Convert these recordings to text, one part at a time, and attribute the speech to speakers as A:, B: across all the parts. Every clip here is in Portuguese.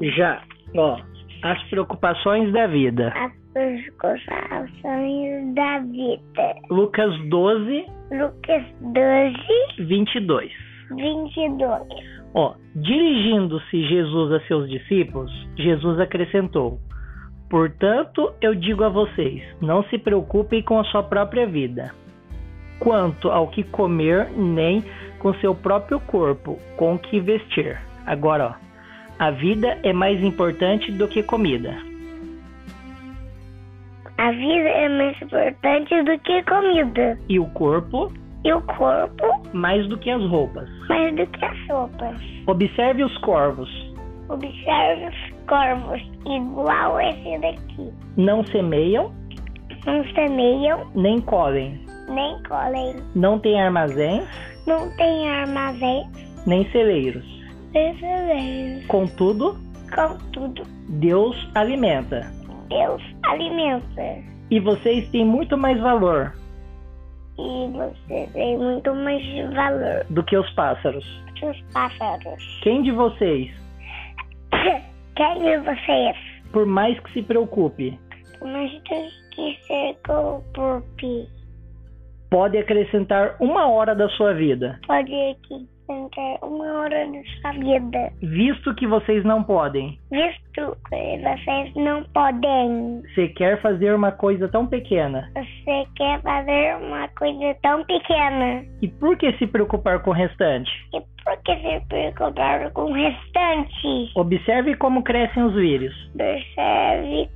A: Já, ó, as preocupações da vida.
B: As preocupações da vida. é
A: Lucas 12,
B: Lucas 12,
A: 22.
B: 22.
A: Ó, dirigindo-se Jesus a seus discípulos, Jesus acrescentou: Portanto, eu digo a vocês, não se preocupem com a sua própria vida, quanto ao que comer, nem com seu próprio corpo, com o que vestir. Agora, ó, a vida é mais importante do que comida.
B: A vida é mais importante do que comida.
A: E o corpo,
B: E o corpo,
A: mais do que as roupas.
B: mais do que as roupas.
A: Observe os corvos.
B: Observe os corvos, igual esse daqui.
A: Não semeiam,
B: Não semeiam,
A: nem colhem.
B: nem colhem.
A: Não têm armazéns,
B: Não tem armazém,
A: nem celeiros.
B: nem celeiros.
A: Contudo,
B: Contudo,
A: Deus alimenta.
B: Deus alimenta.
A: E vocês têm muito mais valor
B: E você tem muito mais valor
A: do que os pássaros.
B: que os pássaros.
A: Quem de vocês,
B: Quem de vocês?
A: por mais que se preocupe,
B: Mas tem que ser com o pupi.
A: pode acrescentar uma hora da sua vida,
B: Pode que sentar uma hora da sua vida.
A: visto que vocês não podem?
B: Visto que vocês não podem.
A: Você quer fazer uma coisa tão pequena?
B: Você quer fazer uma coisa tão pequena.
A: E por que se preocupar com o restante?
B: E por que se preocupar com o restante?
A: Observe como crescem os vírus.
B: Percebe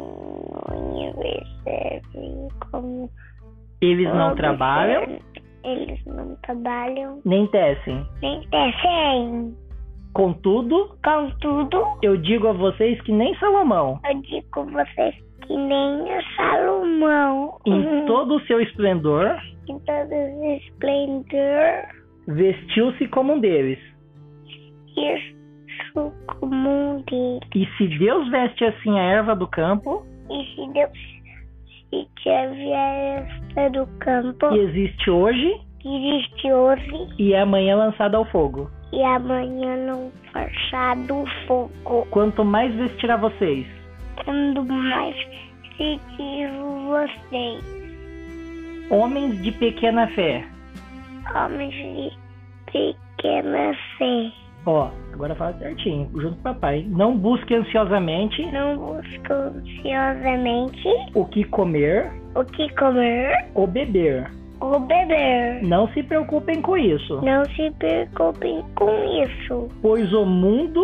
B: com. Percebe como.
A: Eles
B: Ah,
A: não trabalham
B: Eles não trabalham.
A: nem tecem.
B: Nem tecem.
A: Contudo,
B: Contudo,
A: eu digo a vocês que nem Salomão,
B: eu digo vocês que nem o Salomão. um
A: em todo o seu esplendor,
B: Em todo o esplendor.
A: vestiu-se como um deles.
B: Isso comum dele.
A: E se Deus veste assim a erva do campo,
B: E se Deus se tiver esta do campo
A: que existe hoje
B: que existe hoje
A: e é amanhã lançada ao fogo,
B: e amanhã não passar do fogo.
A: quanto mais vestirá vocês,
B: Quando mais se tiro vocês,
A: homens de pequena fé.
B: homens de pequena fé.
A: Ó, agora fala certinho, junto com o papai. Não busque ansiosamente
B: Não busco ansiosamente
A: o que comer
B: o que comer
A: ou beber.
B: ou beber.
A: Não se preocupem com isso,
B: Não se preocupem com isso.
A: pois o mundo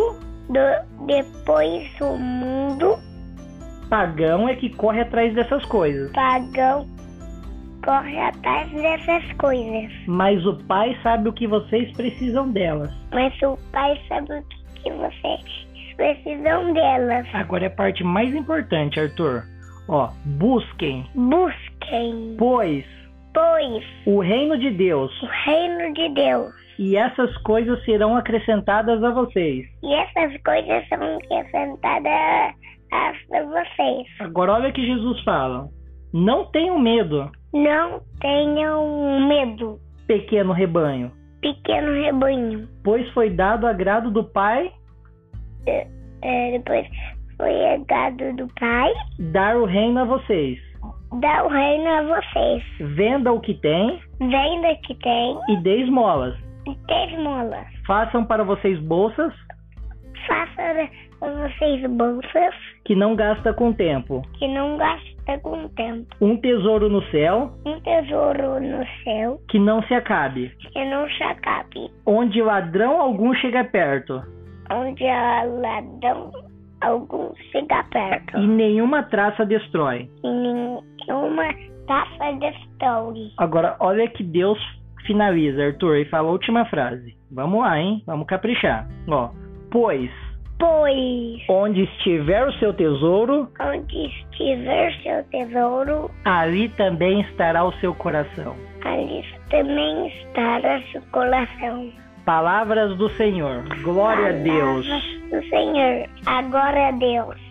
B: Do- depois o mundo
A: pagão é que corre atrás dessas coisas.
B: pagão corre atrás dessas coisas.
A: Mas o pai sabe o que vocês precisam delas.
B: Mas o pai sabe o que, que vocês precisam delas.
A: Agora é a parte mais importante, Arthur. Ó, busquem,
B: Busquem,
A: pois,
B: pois,
A: o reino de Deus
B: o reino de Deus.
A: e essas coisas serão acrescentadas a vocês.
B: E essas coisas são acrescentadas a a vocês.
A: Agora olha o que Jesus fala. Não tenham medo,
B: Não tenham medo,
A: pequeno rebanho,
B: pequeno rebanho.
A: pois foi dado agrado do Pai
B: É, depois foi dado do Pai,
A: dar o reino a vocês.
B: dá o reino a vocês.
A: Venda o que tem
B: Venda que tem
A: e dê esmolas.
B: e tem esmolas.
A: Façam para vocês bolsas
B: Faça para vocês bolsas
A: que não gasta com tempo,
B: que não gasta com o tempo.
A: um tesouro no céu
B: Um tesouro no céu
A: que não se acabe,
B: que não se acabe,
A: onde ladrão algum chega perto
B: onde a ladrão algum chega perto.
A: e nenhuma traça destrói.
B: E nenhuma taça destrói.
A: Agora, olha que Deus finaliza, Arthur, e fala a última frase. Vamos lá, hein? Vamos caprichar. Ó, pois
B: Pois
A: onde estiver o seu tesouro,
B: onde estiver seu tesouro,
A: ali também estará o seu coração.
B: ali também estará seu coração.
A: Palavras do Senhor. Glória a Deus.
B: Palavras Do Senhor, agora é Deus.